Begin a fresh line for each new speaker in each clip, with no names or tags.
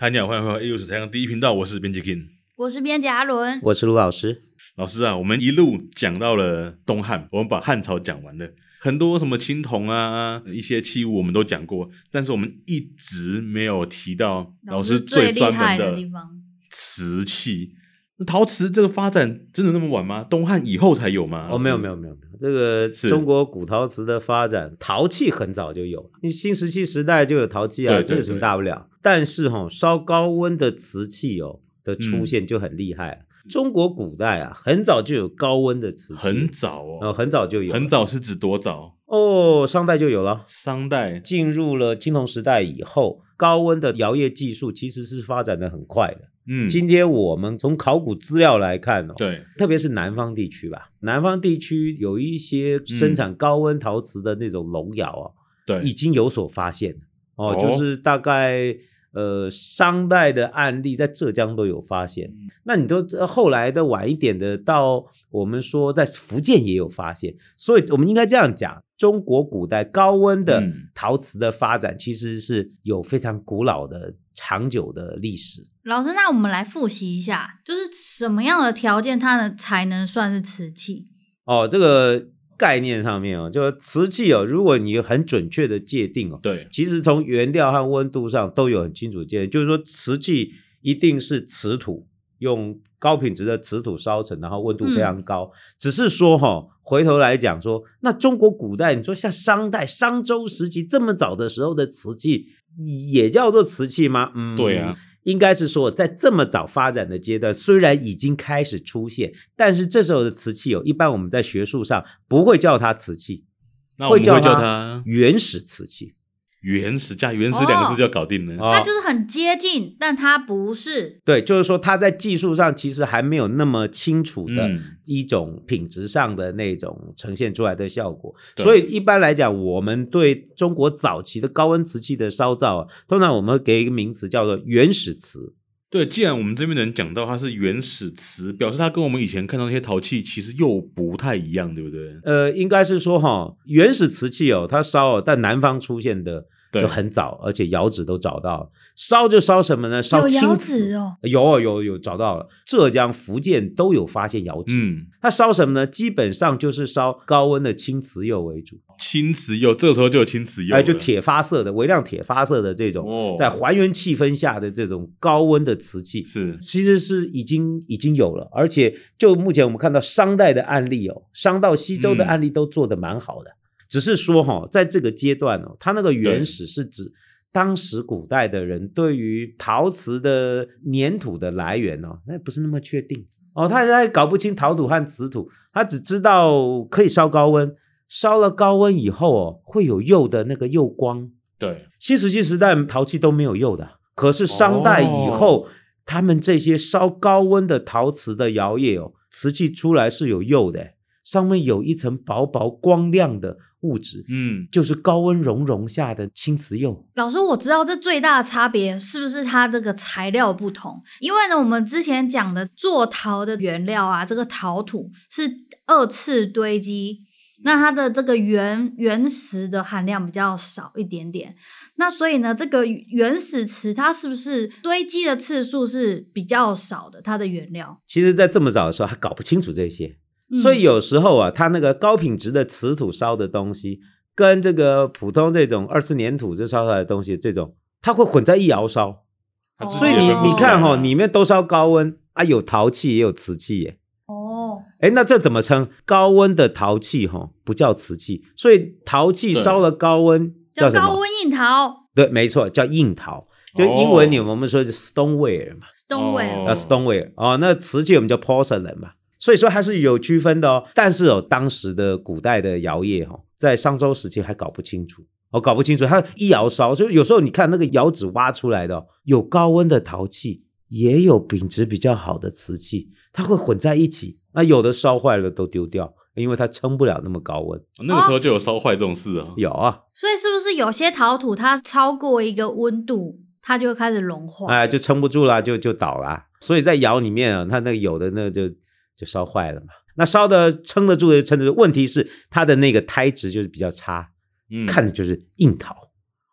嗨，你好，欢迎回到 A 六史台上第一频道，我是编辑 King
我是编辑阿伦，
我是卢老师。
老师啊。我们一路讲到了东汉，我们把汉朝讲完了，很多什么青铜啊，一些器物我们都讲过，但是我们一直没有提到老师
最厉
专
害
门
的
的
地方。
瓷器。那陶瓷这个发展真的那么晚吗？东汉以后才有吗？
哦，没有
老师
没有没有没有，这个
是
中国古陶瓷的发展，陶器很早就有了，你新石器时代就有陶器啊，
对对
这有什么大不了？但是哈、烧高温的瓷器哦的出现就很厉害、啊。中国古代啊，很早就有高温的瓷
嗯
器，
很早哦，
呃很早就有了，
很早是指多早？
哦，商代就有了。
商代
进入了青铜时代以后，高温的窑业技术其实是发展的很快的。
嗯，
今天我们从考古资料来看哦，
对，
特别是南方地区吧，南方地区有一些生产高温陶瓷的那种龙窑啊，
嗯对，
已经有所发现哦，
哦
就是大概呃商代的案例在浙江都有发现，
嗯
那你都呃后来的晚一点的到我们说在福建也有发现，所以我们应该这样讲，中国古代高温的
嗯
陶瓷的发展其实是有非常古老的长久的历史。
老师，那我们来复习一下，就是什么样的条件它能才能算是瓷器？
哦，这个概念上面哦，就是瓷器哦，如果你很准确的界定哦，
对，
其实从原料和温度上都有很清楚的界定，就是说瓷器一定是瓷土，用高品质的瓷土烧成，然后温度
嗯
非常高。只是说哈、哦，回头来讲说，那中国古代，你说像商代、商周时期这么早的时候的瓷器，也叫做瓷器吗？嗯，
对啊。
应该是说，在这么早发展的阶段，虽然已经开始出现，但是这时候的瓷器哦，一般我们在学术上不会叫它瓷器，
那我们会
叫
叫
它
它
原始瓷器。
原始加原始两个字就要搞定了。
哦
它就是很接近，但它不是。
对，就是说它在技术上其实还没有那么清楚的
嗯
一种品质上的那种呈现出来的效果。
对
所以一般来讲，我们对中国早期的高温瓷器的烧造、啊，通常我们会给一个名词叫做原始瓷。
对，既然我们这边能讲到它是原始瓷，表示它跟我们以前看到那些陶器其实又不太一样，对不对？
呃，应该是说哈、原始瓷器哦，它烧哦，但南方出现的
对
就很早，而且窑址都找到了。烧就烧什么呢？烧
有窑
青
址
瓷。
哦，
有哦有有找到了，浙江、福建都有发现窑址。
嗯，
它烧什么呢？基本上就是烧高温的青瓷釉为主，
青瓷釉，这个时候就有青瓷釉了，
哎，就铁发色的、微量铁发色的这种，
哦
在还原气氛下的这种高温的瓷器，
是
其实是已经已经有了。而且就目前我们看到商代的案例哦，商到西周的案例都做得蛮好的，只是说哈、在这个阶段哦，它那个原始是指。当时古代的人对于陶瓷的粘土的来源哦，那不是那么确定。哦，他他搞不清陶土和瓷土，他只知道可以烧高温，烧了高温以后哦，会有釉的那个釉光。
对，
新石器时代陶器都没有釉的，可是商代以后，他们这些烧高温的陶瓷的窑业哦，瓷器出来是有釉的，上面有一层薄薄光亮的物质，
嗯，
就是高温熔融下的青瓷釉。
老师，我知道这最大的差别是不是它这个材料不同？因为呢，我们之前讲的做陶的原料啊，这个陶土是二次堆积，那它的这个原原石的含量比较少一点点。那所以呢，这个原始池它是不是堆积的次数是比较少的？它的原料，
其实，在这么早的时候，还搞不清楚这些，
嗯
所以有时候啊，它那个高品质的瓷土烧的东西，跟这个普通这种二次粘土这烧出来的东西，这种它会混在一窑烧，
它直接
所以你
哦
你看哈、
嗯分不出来
哦，里面都烧高温啊，有陶器也有瓷器耶。
哦，
哎，那这怎么称高温的陶器、哦？哈，不叫瓷器，所以陶器
对
烧了高温
叫
叫什
高
么？
温硬陶
对，没错，叫硬陶。就英文里我们说是 stoneware 嘛，
哦
（stoneware）。
呃 stoneware 哦，那瓷器我们叫 porcelain 嘛，所以说还是有区分的哦。但是哦，当时的古代的窑业哦，在商周时期还搞不清楚，哦搞不清楚，它一窑烧，所以有时候你看那个窑址挖出来的、哦，有高温的陶器，也有品质比较好的瓷器，它会混在一起。那有的烧坏了都丢掉，因为它撑不了那么高温。
哦那个时候就有烧坏这种事啊。
有啊，
所以是不是有些陶土它超过一个温度，它就会开始融化？
哎，就撑不住啦，就就倒啦。所以在窑里面啊，它那个有的那就就烧坏了嘛。那烧的撑得住的撑得住，问题是它的那个胎质就是比较差，
嗯，
看着就是硬陶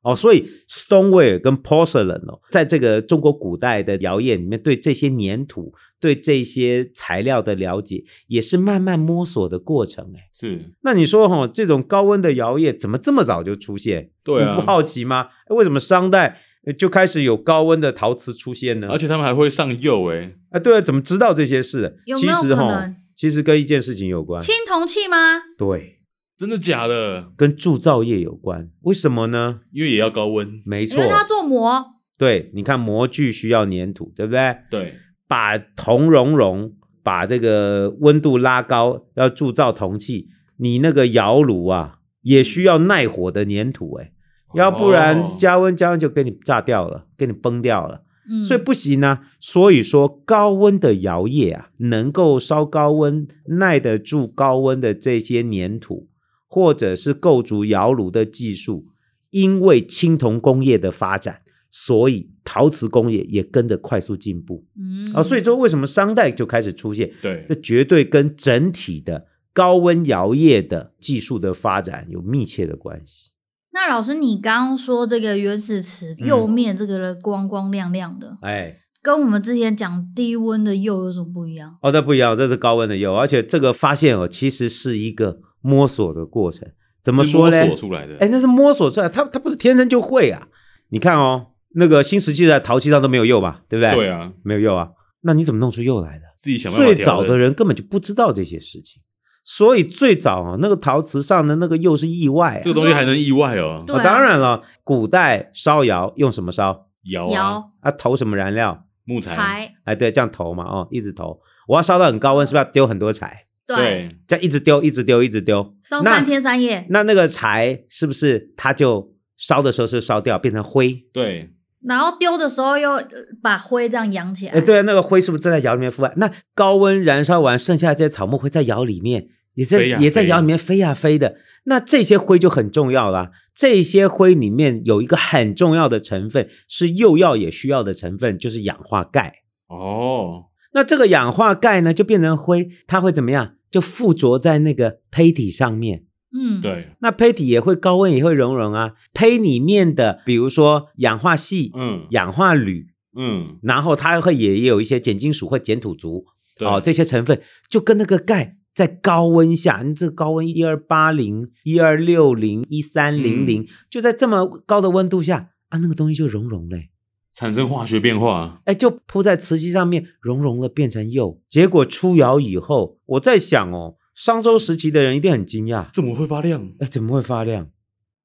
哦，所以 stoneware 跟 porcelain 哦，在这个中国古代的窑业里面，对这些粘土、对这些材料的了解，也是慢慢摸索的过程。哎，
是
那你说哈、这种高温的窑业怎么这么早就出现？
对啊
你不好奇吗？哎为什么商代呃就开始有高温的陶瓷出现呢？
而且他们还会上釉哎、
啊，对啊，怎么知道这些事的？
有没
其
有
实
可
哈
能，
其实跟一件事情有关，
青铜器吗？
对，
真的假的？
跟铸造业有关。为什么呢？
因为也要高温，
没
因
错
为，它做模，
对，你看模具需要粘土，对不对？
对，
把铜熔融，把这个温度拉高，要铸造铜器，你那个窑炉啊，也需要耐火的粘土、哎，要不
哦
然加温加温就给你炸掉了，给你崩掉了。
嗯，
所以不行呢、所以说，高温的窑业啊，能够烧高温、耐得住高温的这些粘土，或者是构筑窑炉的技术，因为青铜工业的发展，所以陶瓷工业也跟着快速进步
嗯
啊、所以说，为什么商代就开始出现？
对
这绝对跟整体的高温窑业的技术的发展有密切的关系。
那老师，你刚刚说这个原始池
嗯
釉面这个光光亮亮的，
哎，
跟我们之前讲低温的釉有什么不一样？
哦，那不一样，这是高温的釉，而且这个发现哦，其实是一个摸索的过程。怎么说呢
是？摸索出来的，
哎，那是摸索出来，他他不是天生就会啊。你看哦，那个新石器的陶器上都没有釉吧，对不对？
对，啊，
没有釉啊。那你怎么弄出釉来的？
自己想办法
最
调
早的人根本就不知道这些事情，所以最早啊，那个陶瓷上的那个釉是意外啊
这。个东西还能意外哦，
对啊
哦当然了，古代烧窑用什么烧
窑啊，
窑、
啊？投什么燃料？
木材，
柴，
哎，对，这样投嘛，哦，一直投。我要烧到很高温，是不是要丢很多柴？
对，，
这样一直丢，一直丢，一直丢。
烧
那
三天三夜，
那那个柴是不是它就烧的时候是烧掉变成灰？
对，
然后丢的时候又呃把灰这样扬起来，
哎，对啊，那个灰是不是正在窑里面腐败？那高温燃烧完，剩下这些草木会在窑里面，也在
飞呀
也在
飞
窑里面飞呀飞的。那这些灰就很重要啦。这些灰里面有一个很重要的成分，是釉药也需要的成分，就是氧化钙。
哦，
那这个氧化钙呢，就变成灰，它会怎么样？就附着在那个胚体上面。
嗯，，
对，
那胚体也会高温，也会熔融啊。胚里面的，比如说氧化系、
嗯，
氧化铝，
嗯，
然后它会也也有一些碱金属或碱土族
对
哦，这些成分就跟那个钙在高温下，你这高温一二八零、一二六零、一三零
嗯
零，就在这么高的温度下啊，那个东西就熔融嘞、
产生化学变化，
哎，就铺在瓷器上面，融融了变成釉。结果出窑以后，我在想哦，商周时期的人一定很惊讶，
怎么会发亮？
哎，怎么会发亮？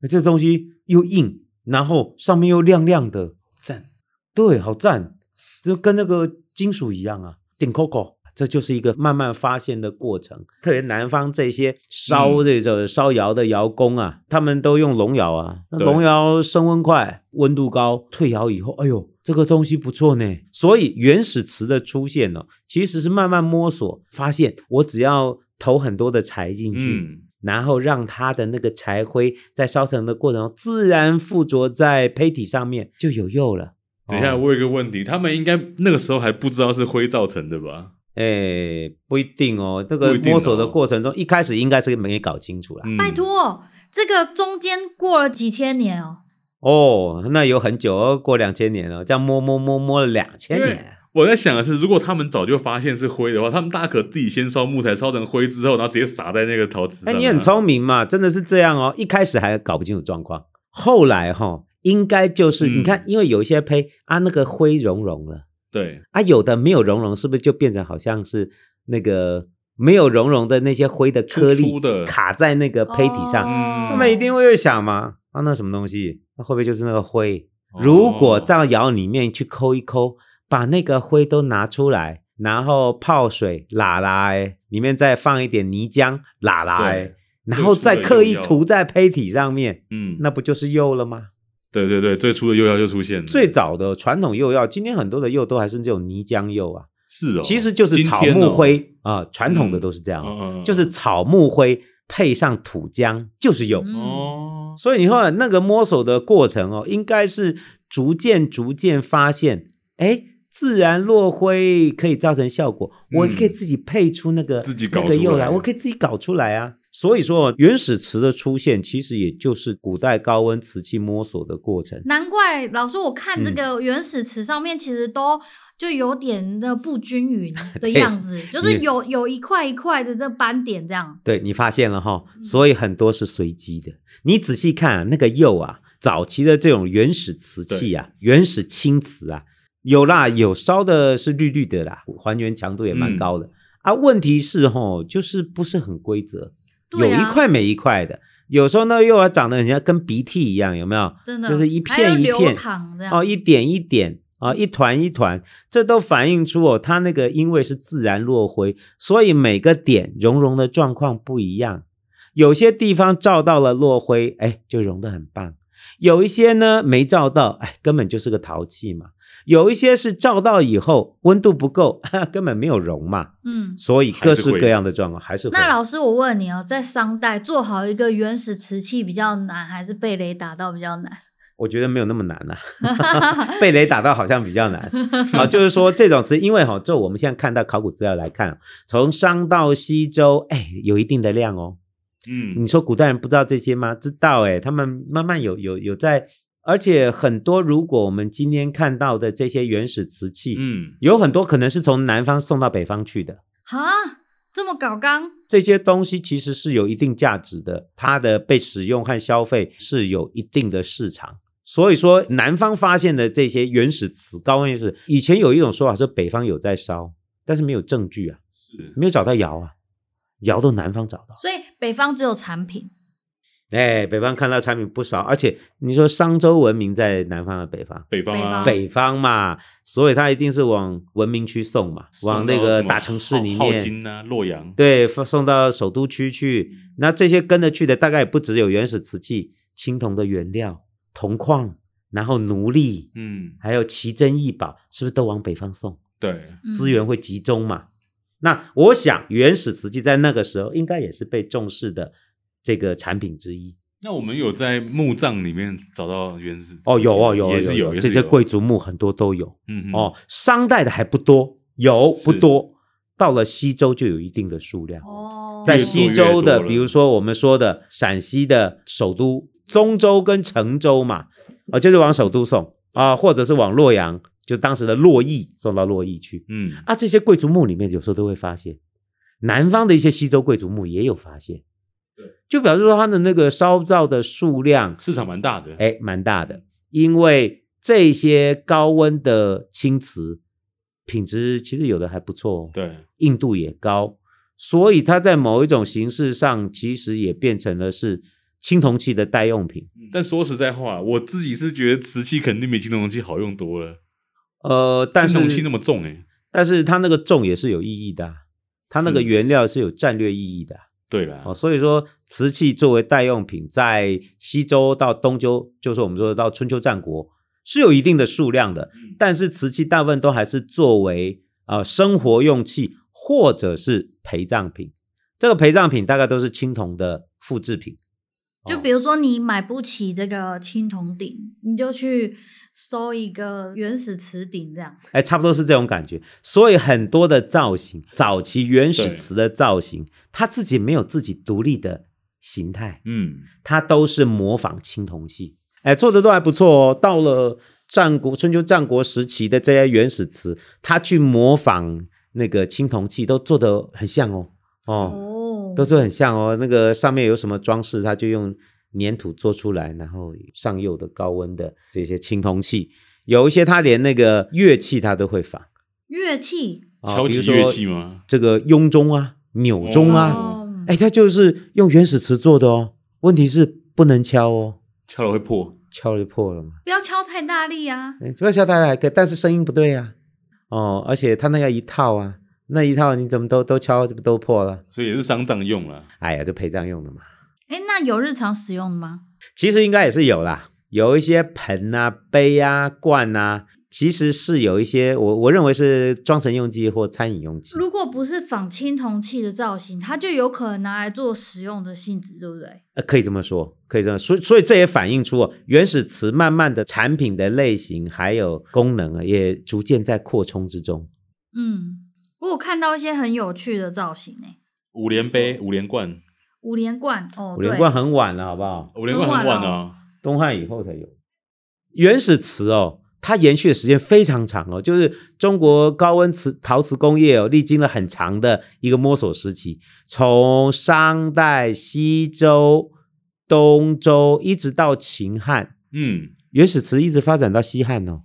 哎，这东西又硬，然后上面又亮亮的，
赞，
对，好赞，就跟那个金属一样啊，顶 Coco。这就是一个慢慢发现的过程，特别南方这些烧
嗯
这个烧窑的窑工啊，他们都用龙窑啊，那
对
龙窑升温快，温度高，退窑以后，哎呦，这个东西不错呢。所以原始瓷的出现呢、其实是慢慢摸索，发现我只要投很多的柴进去，
嗯，
然后让它的那个柴灰在烧成的过程中自然附着在胚体上面，就有釉了。
等一下，
哦
我有一个问题，他们应该那个时候还不知道是灰造成的吧？
哎、不一定哦。这个
不一定哦
摸索的过程中，一开始应该是没搞清楚啦。
嗯
拜，托，这个中间过了几千年哦，
哦，那有很久哦，过两千年哦，这样摸摸摸摸了两千
因为
年。
我在想的是，如果他们早就发现是灰的话，他们大可自己先烧木材，烧成灰之后，然后直接撒在那个陶瓷上
哎、
啊。
你很聪明嘛，真的是这样哦。一开始还搞不清楚状况，后来哈、应该就是、
嗯
你看，因为有一些胚啊，那个灰融融了。
对，
啊，有的没有熔融，是不是就变成好像是那个没有熔融的那些灰的颗粒
粗粗的
卡在那个胚体
哦
上？
嗯
他们一定
会
会有想嘛，啊，那什么东西？那会不会就是那个灰？如果
哦
到窑里面去抠一抠，把那个灰都拿出来，然后泡水拉拉哎，里面再放一点泥浆拉拉哎
对，
然后
最初的
再刻意
釉药
涂在胚体上面，
嗯，
那不就是釉了吗？
对对对，最初的釉药就出现了，
最早的传统釉药，今天很多的釉都还是这种泥浆釉啊。
是哦，
其实就是
今
草
天
木
哦，
灰啊、传统的都是这样，
嗯嗯嗯
就是草木灰配上土浆就是釉。
哦，
所以你看那个摸索的过程哦，应该是逐渐逐渐发现，哎，自然落灰可以造成效果，我
嗯
可以自己配出那个
自己搞
那个
出
釉来，
来
我可以自己搞出来啊。所以说，原始瓷的出现，其实也就是古代高温瓷器摸索的过程。
难怪老师，我看
嗯
这个原始池上面其实都就有点的不均 匀的样子，就是
你
有有一块一块的这斑点这样。
对你发现了哈，所以很多是随机的。你仔细看、啊、那个釉啊，早期的这种原始瓷器啊，原始青瓷啊，有啦，有烧的是绿绿的啦，还原强度也蛮高的、啊。问题是哈，就是不是很规则，有
对啊，
一块没一块的，有时候那釉啊长得很像跟鼻涕一样，有没有？
真的
就是一
还有
片一
流
片
淌这样。
哦，一点一点啊、一团一团，这都反映出哦，它那个因为是自然落灰，所以每个点熔融的状况不一样。有些地方照到了落灰，哎，就融得很棒；有一些呢没照到，哎，根本就是个陶器嘛。有一些是照到以后温度不够， 根本没有融嘛，
嗯，
所以各
还是
式
会
各样的状况还是会
那老师，我问你哦，在商代做好一个原始瓷器比较难，还是被雷打到比较难？
我觉得没有那么难呐、啊， 被雷打到好像比较难啊。就是说这种词，因为哈、就我们现在看到考古资料来看，从商到西周，哎，有一定的量哦。
嗯
你说古代人不知道这些吗？知道哎，他们慢慢有有有在，而且很多如果我们今天看到的这些原始瓷器，
嗯，
有很多可能是从南方送到北方去的。
哈，这么搞刚？
这些东西其实是有一定价值的，它的被使用和消费是有一定的市场。所以说，南方发现的这些原始瓷、高温原始，以前有一种说法说北方有在烧，但是没有证据啊，
是
没有找到窑啊，窑都南方找到。
所以北方只有产品，
哎，北方看到产品不少，而且你说商周文明在南方和北方，
北方啊，
北方嘛，所以它一定是往文明区送嘛，往那个大城市里
镐
面。
京啊、洛阳，
对，发送到首都区去。
嗯
那这些跟着去的，大概也不只有原始瓷器、青铜的原料、铜矿，然后奴隶，
嗯，
还有奇珍异宝，是不是都往北方送？
对，
嗯
资源会集中嘛？那我想，原始瓷器在那个时候应该也是被重视的这个产品之一。
那我们有在墓葬里面找到原始
哦，有哦，有哦
也是
有
有，也
这
是
些
有
贵，族墓很多都有、
嗯哼
哦。商代的还不多，有不
是
多，到了西周就有一定的数量
哦，
在
越做
西
越
周的，
多了
比如说我们说的陕西的首都宗州跟成州嘛，啊、就是往首都送啊、或者是往洛阳，就当时的洛邑送到洛邑去
嗯，
啊。这些贵族墓里面有时候都会发现，南方的一些西周贵族墓也有发现，
对，
就表示说它的那个烧造的数量
市场蛮大的，
哎，蛮大的，因为这些高温的青瓷品质其实有的还不错哦，
对，
硬度也高，所以它在某一种形式上其实也变成了是青铜器的代用品。
但说实在话，我自己是觉得瓷器肯定比青铜器好用多了。
呃，但是
青铜器那么重哎、
但是它那个重也是有意义的啊、它那个
是
原料是有战略意义的啊、
对啦，
哦，所以说瓷器作为代用品，在西周到东周，就是我们说的到春秋战国是有一定的数量的，
嗯
但是瓷器大部分都还是作为呃生活用器或者是陪葬品。这个陪葬品大概都是青铜的复制品，
就
哦
比如说你买不起这个青铜鼎，你就去收一个原始瓷鼎这样。
哎，差不多是这种感觉。所以很多的造型，早期原始
对
瓷的造型，它自己没有自己独立的形态，
嗯，
它都是模仿青铜器，哎，做的都还不错哦。到了战国、春秋战国时期的这些原始瓷，它去模仿那个青铜器，都做的很像哦，哦，
哦，
都做得很像哦。那个上面有什么装饰，它就用粘土做出来，然后上釉的高温的这些青铜器，有一些它连那个乐器它都会仿，
乐器
啊
敲
比如
击
说
乐器吗？
这个雍钟啊、钮钟啊，
哦
哎，它就是用原始瓷做的哦。问题是不能敲哦。
敲了会破，
敲就破了嘛。
不要敲太大力啊。
哎不要敲太还可以，但是声音不对啊。哦，而且他那个一套啊，那一套你怎么都都敲，这不都破了？
所以也是丧葬用啦。
哎呀，就陪葬用的嘛。
哎，那有日常使用的吗？
其实应该也是有啦，有一些盆啊、杯啊、罐啊，其实是有一些我我认为是装成用机或餐饮用机。
如果不是仿青铜器的造型，它就有可能拿来做实用的性质，对不对？
呃，可以这么说，可以这么说，所以所以这也反映出哦，原始瓷慢慢的产品的类型还有功能啊，也逐渐在扩充之中。
嗯，我有看到一些很有趣的造型诶、
五连杯、五连罐，
五连冠哦，
五连冠
对
很晚了，好不好？
五连冠很
很晚
晚啊，
东汉以后才有。原始瓷哦，它延续的时间非常长哦，就是中国高温瓷陶瓷工业哦，历经了很长的一个摸索时期，从商代、西周、东周一直到秦汉，
嗯，
原始瓷一直发展到西汉哦。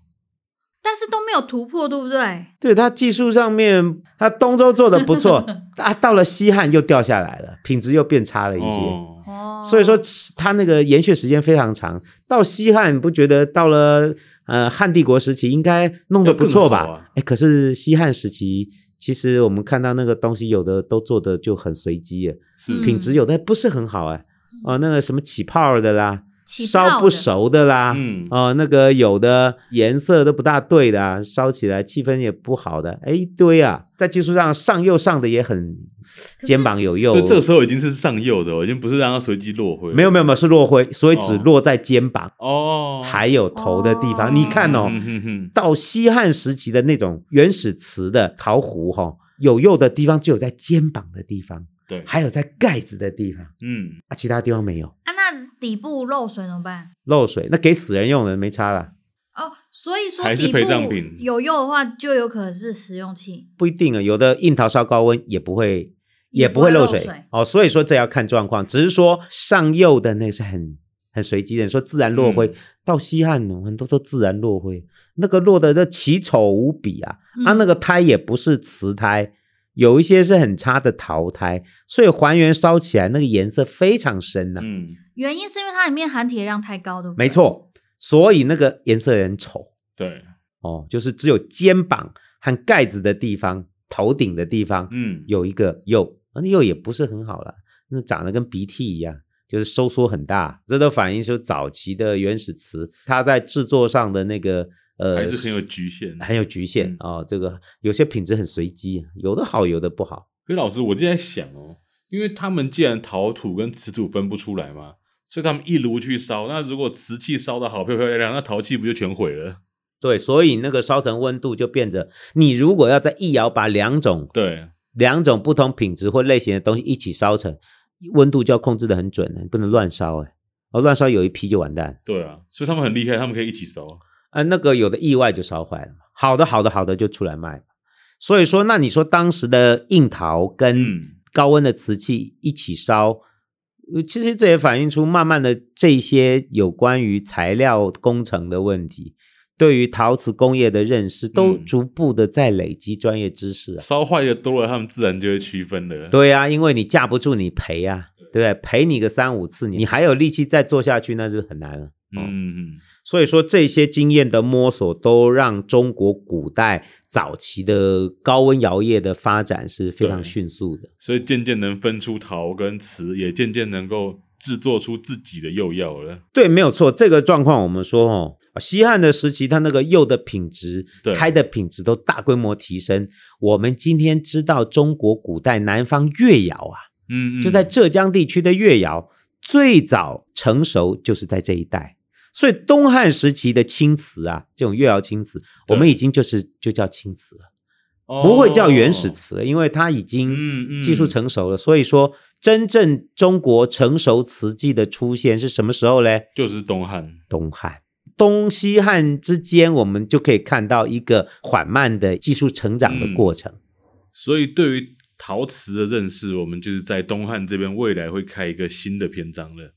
但是都没有突破，对不对？
对它技术上面，它东周做的 不错，啊，到了西汉又掉下来了，品质又变差了一些。
哦，
哦，
所以说它那个延续时间非常长。到西汉，你不觉得到了呃汉帝国时期应该弄得不错
要
吧？哎、
更好啊
可是西汉时期，其实我们看到那个东西有的都做的就很随机了，
是
嗯
品质有的不是很好哎、哦、那个什么起泡的啦，
起
烧
泡
不
的
熟的啦，
嗯
哦、那个有的颜色都不大对的、啊，烧起来气氛也不好的，哎，一堆啊，在技术上上右上的也很
是
肩膀有右，
所以这时候已经是上右的哦，已经不是让它随机落灰了，
没有没有没有是落灰，所以只
哦
落在肩膀。
哦，
还有头的地方。
哦
你看哦，
嗯哼哼，
到西汉时期的那种原始瓷的陶壶哈、哦，有釉的地方只有在肩膀的地方，
对，
还有在盖子的地方
嗯，
啊，其他地方没有
啊，那底部漏水怎么办？
漏水。那给死人用的没差啦，
哦，所以说
还是
底部
陪葬品
有用的话，就有可能是食用器。
不一定啊。有的硬陶烧高温也不会。
也
也
不
不
会
会漏
漏水
哦，所以说这要看状况，只是说上釉的那是很很随机的。你说自然落灰，
嗯
到西汉哦，很多都自然落灰，那个落的这奇丑无比啊，
嗯
啊，那个胎也不是瓷胎，有一些是很差的陶胎，所以还原烧起来那个颜色非常深呐、
嗯，
原因是因为它里面含铁量太高，对不对？
没，错，所以那个颜色也很丑
对，
哦，就是只有肩膀和盖子的地方、头顶的地方
嗯，
有一个釉，啊那釉也不是很好了，那长得跟鼻涕一样。就是收缩很大，这都反映出早期的原始瓷，它在制作上的那个呃，
还是很有局限。
很有局限
嗯
啊、哦这个有些品质很随机，有的好，有的不好。
可是老师，我就在想哦，因为他们既然陶土跟瓷土分不出来嘛，所以他们一炉去烧，那如果瓷器烧的好漂漂亮亮，那陶器不就全毁了？
对，所以那个烧成温度就变着，你如果要在一窑把两种
对，
两种不同品质或类型的东西一起烧成，温度就要控制的很准了，你不能乱烧哎、哦，乱烧有一批就完蛋
对啊，所以他们很厉害，他们可以一起烧。
啊、那个有的意外就烧坏了嘛，好的好的好的就出来卖嘛所以说，那你说当时的硬陶跟
嗯，
高温的瓷器一起烧，呃其实这也反映出慢慢的这些有关于材料工程的问题，对于陶瓷工业的认识都
嗯
逐步的在累积专业知识啊。
烧坏的多了，他们自然就会区分了。，
对啊，因为你架不住你赔啊，对不对？赔你个三五次，你你还有力气再做下去，那就很难了。嗯，
嗯，
所以说这些经验的摸索，都让中国古代早期的高温窑业的发展是非常
对
迅速的。
所以渐渐能分出陶跟瓷，也渐渐能够制作出自己的釉药了。
对，没有错，这个状况我们说哦，西汉的时期，它那个釉的品质
对、
胎的品质都大规模提升。我们今天知道中国古代南方越窑啊，
嗯，嗯
就在浙江地区的越窑，最早成熟就是在这一带。所以东汉时期的青瓷啊，这种越窑青瓷，
对
我们已经就是就叫青瓷了，
哦
不会叫原始瓷了，因为它已经
嗯嗯，
技术成熟了。所以说，真正中国成熟瓷器的出现是什么时候嘞？
就是东汉。
东汉。东西汉之间，我们就可以看到一个缓慢的技术成
嗯
长的过程。
所以对于陶瓷的认识，我们就是在东汉这边未来会开一个新的篇章了。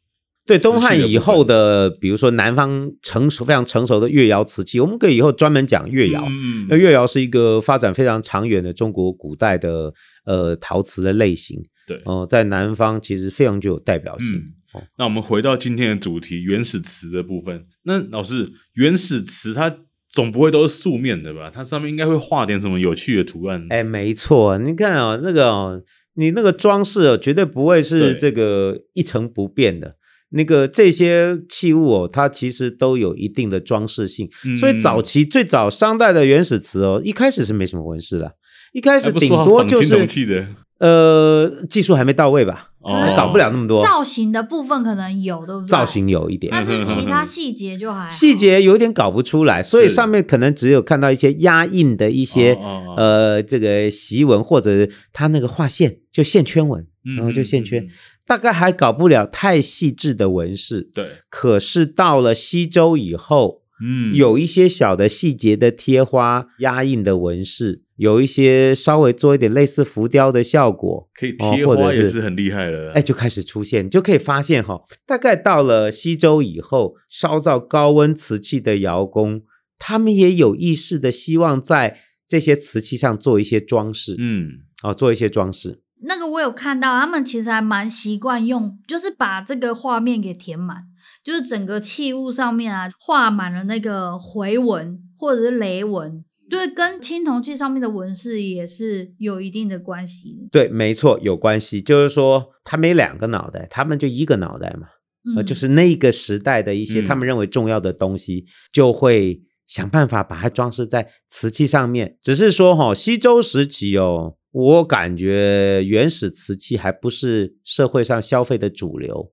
对东汉以后的，比如说南方成熟、非常成熟的越窑瓷器，我们可以以后专门讲越窑。
嗯
那越窑是一个发展非常长远的中国古代的呃陶瓷的类型，
对
呃，在南方其实非常具有代表性。
嗯
哦，
那我们回到今天的主题——原始瓷的部分。那老师，原始瓷它总不会都是素面的吧？它上面应该会画点什么有趣的图案。
哎，没错，你看哦，那个、哦、你那个装饰哦，绝对不会是
对
这个一成不变的。那个这些器物哦，它其实都有一定的装饰性，
嗯
所以早期最早商代的原始瓷哦，一开始是没什么纹饰的，一开始
还不
顶
是
多就
青铜
是
器的，
呃技术还没到位吧，
哦
搞不了那么多，
造型的部分可能有，对不对？
造，型有一点，
嗯
但是其他细节就还好
细。节有点搞不出来，所以
是
上面可能只有看到一些压印的一些
哦哦哦
呃呃这个檄文或者它那个画线就线圈纹，
嗯
然后就线圈。
嗯嗯
大概还搞不了太细致的纹饰。
对，
可是到了西周以后，
嗯，
有一些小的细节的贴花、压印的纹饰，有一些稍微做一点类似浮雕的效果，
可以
哦
贴
或者
花也
是
是很厉害的。
哎，就开始出现，你就可以发现哈、大概到了西周以后，烧造高温瓷器的窑工，他们也有意识的希望在这些瓷器上做一些装饰，
嗯，
哦，做一些装饰。
那个我有看到，他们其实还蛮习惯用，就是把这个画面给填满，就是整个器物上面啊画满了那个回纹或者是雷纹，对，跟青铜器上面的纹饰也是有一定的关系的。
对，没错，有关系。就是说，他没两个脑袋，他们就一个脑袋嘛，呃
嗯，
就是那个时代的一些
嗯
他们认为重要的东西，就会想办法把它装饰在瓷器上面。只是说哈、西周时期哦，我感觉原始瓷器还不是社会上消费的主流，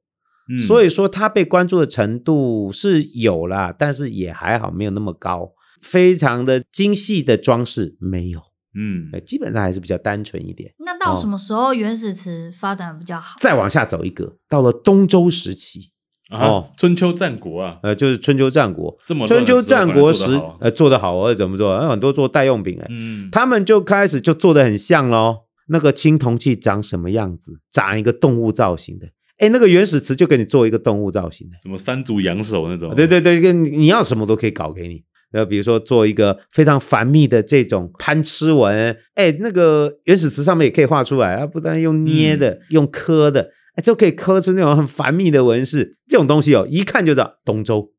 嗯
所以说它被关注的程度是有啦，但是也还好，没有那么高。非常的精细的装饰没有，
嗯
呃，基本上还是比较单纯一点。
那到
哦
什么时候原始瓷发展得比较好？
再往下走一个，到了东周时期，
啊
哦，
春秋战国啊，
呃，就是春秋战国。
这么乱
春
的时候
秋战国
反而做
时
得好，
呃，做得好，呃，怎么做？呃很多做代用品，哎、
嗯，
他们就开始就做的很像咯。那个青铜器长什么样子？长一个动物造型的，哎，那个原始瓷就给你做一个动物造型的。
什么三足羊首那种，
啊对，对对，跟你你要什么都可以搞给你。呃，比如说做一个非常繁密的这种攀枝纹，哎，那个原始瓷上面也可以画出来啊，不但用捏的，用刻的，哎，都可以刻出那种很繁密的纹饰。这种东西哦，一看就知道东周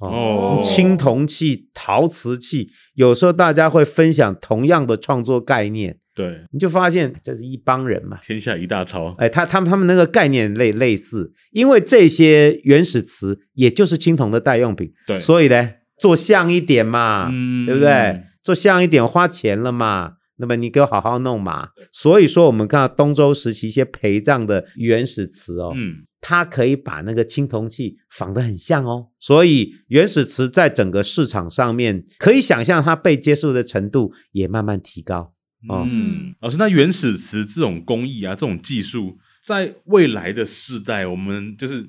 哦，
青铜器、陶瓷器，有时候大家会分享同样的创作概念，
对，
你就发现这是一帮人嘛。
天下一大抄，
哎，他他们他们那个概念类类似，因为这些原始瓷也就是青铜的代用品，
对，
所以呢，做像一点嘛，
嗯
对不对？做像一点花钱了嘛，那么你给我好好弄嘛。所以说，我们看到东周时期一些陪葬的原始瓷哦，
嗯，
它可以把那个青铜器仿得很像哦。所以原始瓷在整个市场上面，可以想象它被接受的程度也慢慢提高。哦
嗯，老师，那原始瓷这种工艺啊，这种技术，在未来的世代，我们就是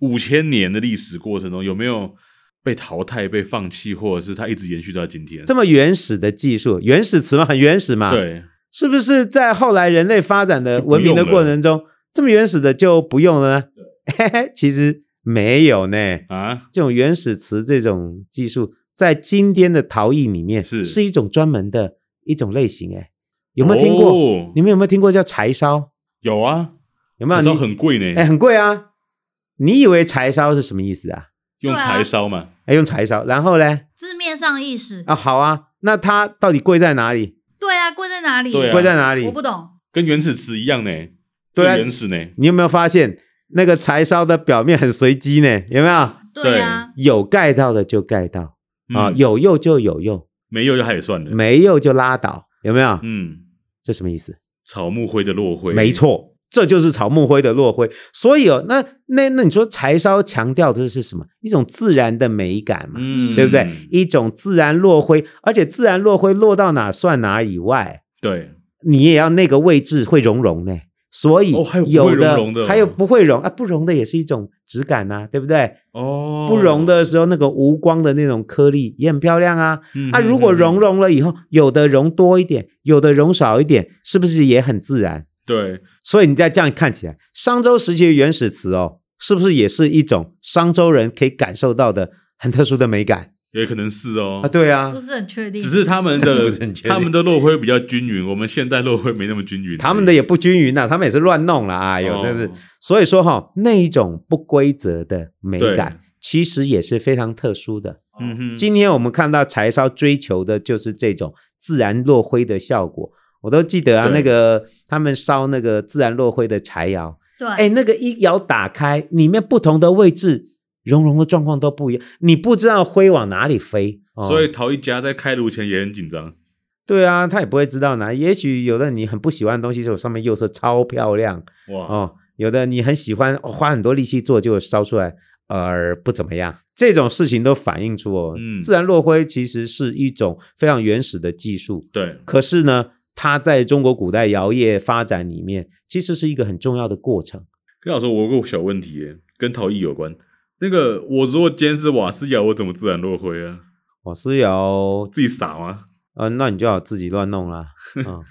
五千年的历史过程中，有没有被淘汰、被放弃，或者是它一直延续到今天？
这么原始的技术，原始瓷嘛，很原始嘛，，
对，
是不是在后来人类发展的
就不
文
用
明
了
的过程中，这么原始的就不用了呢？ 嘿嘿，其实没有呢。
啊，
这种原始瓷这种技术，在今天的陶艺里面
是
是一种专门的一种类型，哎，有没有听过？
哦
你们有没有听过叫柴烧？
有啊，
有没有？
柴烧
你
很贵
哎、
呢，
很贵啊！你以为柴烧是什么意思啊？
用
对啊
柴烧嘛，
哎，用柴烧，然后呢？
字面上意思，
啊，好啊，那它到底贵在哪里？
对啊，贵在哪里？
对啊
贵在哪里
我？不懂，
跟原始瓷一样呢，最
对啊
原始呢，
你有没有发现那个柴烧的表面很随机呢？有没有？
对啊，
有盖到的就盖到啊，
嗯
有嗯用就有用，
没有就还也算了，
没用就拉倒，有没有？
嗯，
这什么意思？
草木灰的落灰，
没，错，这就是草木灰的落灰。所以哦，那那那你说柴烧强调的是什么？一种自然的美感嘛，
嗯，
对不对？一种自然落灰，而且自然落灰落到哪儿算哪儿以外，
对，
你也要那个位置会融融呢。所以
哦还有不
有
会
的、
熔融的哦
还有不会融啊，不融的也是一种质感呐、对不对？
哦，
不融的时候，那个无光的那种颗粒也很漂亮啊。
嗯，
啊，如果
嗯嗯
融融了以后，有的融多一点，有的融少一点，是不是也很自然？
对，
所以你再这样看起来，商周时期的原始词哦，是不是也是一种商周人可以感受到的很特殊的美感
也可能是哦
啊？，对
不
啊，
是很确定。
只是他们 的
不是很确定
他们的落灰比较均匀，我们现代落灰没那么均匀。
他们的也不均匀呐、他们也是乱弄啦，哎呦，
哦
真是。所以说哈、那一种不规则的美感，其实也是非常特殊的。
嗯哼，
今天我们看到柴烧追求的就是这种自然落灰的效果。我都记得啊，
对
那个他们烧那个自然落灰的柴窑，
对，
哎，那个一窑打开，里面不同的位置熔融的状况都不一样，你不知道灰往哪里飞。哦
所以陶一家在开炉前也很紧张。
对啊，他也不会知道哪。也许有的你很不喜欢的东西，就上面釉色超漂亮
哇，
哦；有的你很喜欢，哦花很多力气做，就烧出来呃不怎么样。这种事情都反映出哦，
嗯
自然落灰其实是一种非常原始的技术，
对，
可是呢，它在中国古代窑业发展里面其实是一个很重要的过程。
跟老师，我有个小问题耶，跟陶艺有关。那个，我如果今天是瓦斯窑，我怎么自然落灰啊？
瓦斯窑，
自己撒吗？
哦呃，那你就要自己乱 弄啦。嗯，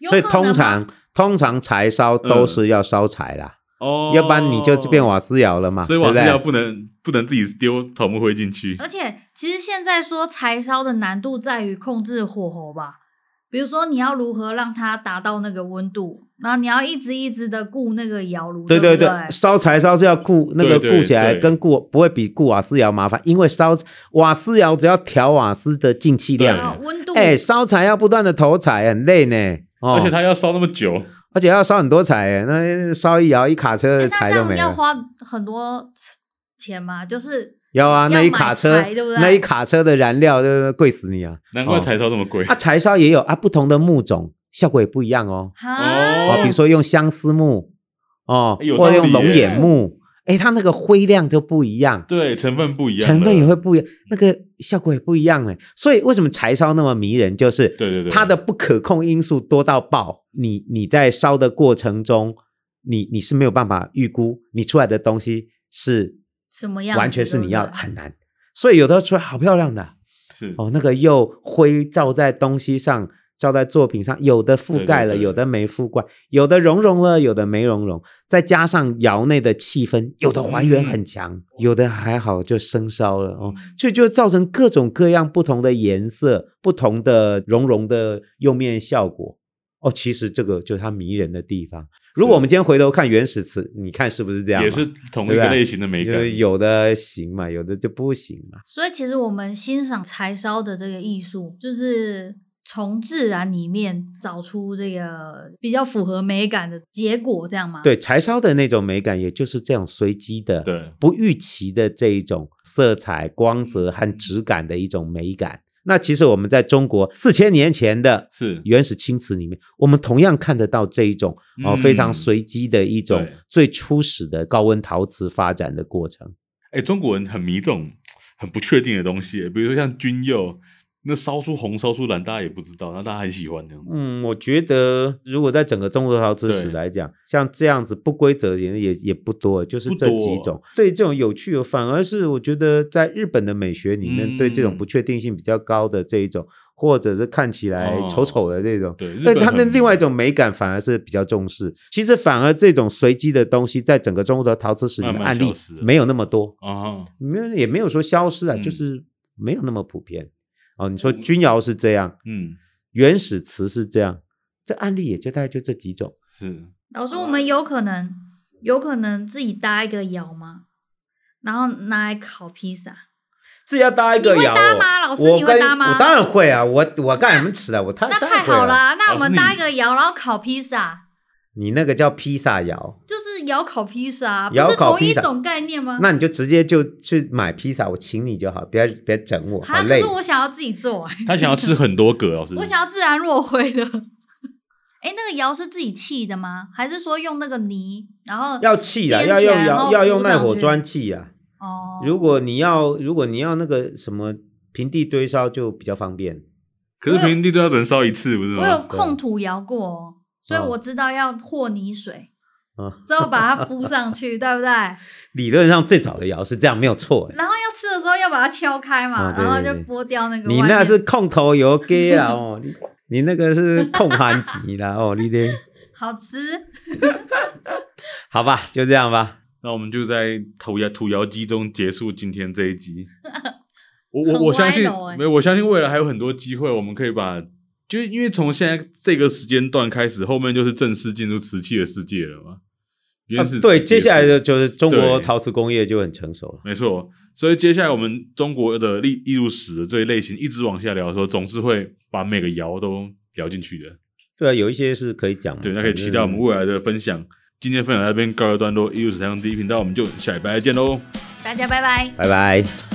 有
所以
可能吧
通常通常柴烧
嗯
都是要烧柴啦，
哦，
要不然你就是变瓦斯窑了嘛，
所以瓦斯
对
窑
不对
不能不能自己丢草木灰进去。
而且，其实现在说柴烧的难度在于控制火候吧，比如说你要如何让它达到那个温度，然后你要一直一直的顾那个窑炉，
对
对
对
不哎
对，烧柴烧是要顾那个
对对
顾起来
对
跟顾不会比顾瓦斯窑麻烦，因为烧瓦斯窑只要调瓦斯的进气
对
然
量
后，温度，
哎，烧柴要不断的投柴，很累呢。哦
而且它要烧那么久，
而且要烧很多柴，啊那烧一窑一卡车
哎
的
那
柴
这
都没
样要
了。
花很多钱吗？就是
有啊，
要
那一
买
卡车
柴对不对
那一卡车的燃料，对不对？贵死 你啊！
难怪
哦
柴烧这么贵
啊，。柴烧也有啊，不同的木种效果也不一样哦。
哈，
哦
啊，比如说用相思木哦
哎有，
或者
道
用
理
龙
耶
眼木，哎，它那个灰量就不一样，
对，成分不一样了，
成分也会不一样，那个效果也不一样哎。所以为什么柴烧那么迷人，就是
对对对
它的不可控因素多到爆。你你在烧的过程中，你你是没有办法预估你出来的东西是
什么样子
完全是你
对
要的
不对
很难。所以有的出来好漂亮的啊
是
哦，那个又灰照在东西上，照在作品上，有的覆盖了，
对对对
有的没覆盖，有的融融了，有的没融融。再加上窑内的气氛，有的还原很强，
嗯
有的还好就生烧了哦，所以就造成各种各样不同的颜色、不同的融融的釉面效果。哦，其实这个就是它迷人的地方。如果我们今天回头看原始词，你看是不是这样嘛？啊
也是同一
对不
个
对
类型的美
就
感
是。有的行嘛，有的就不行嘛。
所以其实我们欣赏柴烧的这个艺术，就是从自然里面找出这个比较符合美感的结果，这样吗？，
对，柴烧的那种美感，也就是这样随机的、
对，
不预期的这一种色彩、光泽和质感的一种美感。那其实我们在中国四千年前的
是
原始青瓷里面，我们同样看得到这一种哦、
嗯
非常随机的一种
对
最初始的高温陶瓷发展的过程。
哎、中国人很迷这种很不确定的东西，比如说像军釉，那烧出红、烧出蓝，大家也不知道，那大家很喜欢这样。
嗯，我觉得如果在整个中国陶瓷史
对
来讲，像这样子不规则也也也不多，就是
不
这几
多
种。对这种有趣的，反而是我觉得在日本的美学里面，对这种
嗯
不确定性比较高的这一种，或者是看起来
哦
丑丑的这种。
对，日
但
本
他的
很
另外一种美感反而是比较重视，其实反而这种随机的东西，在整个中国的陶瓷史里
慢
面
慢
案例
消失了
没有那么多，
啊，
没有也没有说消失啊，
嗯
就是没有那么普遍。哦，你说钧窑是这样，
嗯，
原始词是这样，这案例也就大概就这几种。
是
老师，我们有可能有可能自己搭一个窑吗？然后拿来烤披萨，
自己要搭一
你
个
会
窑哦，
搭吗老师
我
你会
跟
搭吗
我当然会啊，我我干什么吃啊？我太
那
当然
太
会啊
好啦！那
老
我
师
们
你
搭一个窑，然后烤披萨，
你那个叫披萨窑，
就是窑烤披萨，啊不
窑
是
烤
同一
披萨
种概念吗？
那你就直接就去买披萨，我请你就好，别别整我，好
哈，可
累嗯
是。我想要自己做、哎
他想要吃很多个，老哦师，
我想要自然落灰的。 哎、那个窑是自己砌的吗？还是说用那个泥，然后
要气啊，
编
要
起来
用
然
窑，
后
要用
敷
耐
上
火
去
砖气啊。
哦，
如果你要，如果你要那个什么平地堆烧，就比较方便。
可是平地都要只能烧一次，不是
我有
吗？
控土窑过、哦，所以
嗯
我知道要和泥水，
啊，
之后把它敷上 去，对不对？然
理论上最早的窑是这样，没有错。哎
后要吃的时候要把它敲开嘛，
啊对
然后
对
就
对
剥掉那个外
你
面。
那是空头油给啊哦， 你你那个是空寒极啦哦，你的
好吃，
好吧，就这样吧。
那我们就在土窑土窑鸡中结束今天这一 集。我
很
我我相信
歪楼欸，
没有，我相信未来还有很多机会，我们可以把，就是因为从现在这个时间段开始，后面就是正式进入瓷器的世界了嘛。原始、
啊对，接下来的。就是中国
对
陶瓷工业就很成熟了。
没错，所以接下来我们中国的历艺术史的这一类型一直往下聊的时候，总是会把每个窑都聊进去的。
对啊，有一些是可以讲嘛。
对，那可以期待我们
反
未来的分享。今天分享到这边告一段落，艺术史上第一频道，我们就下礼拜再见喽。
大家拜拜。
正拜拜。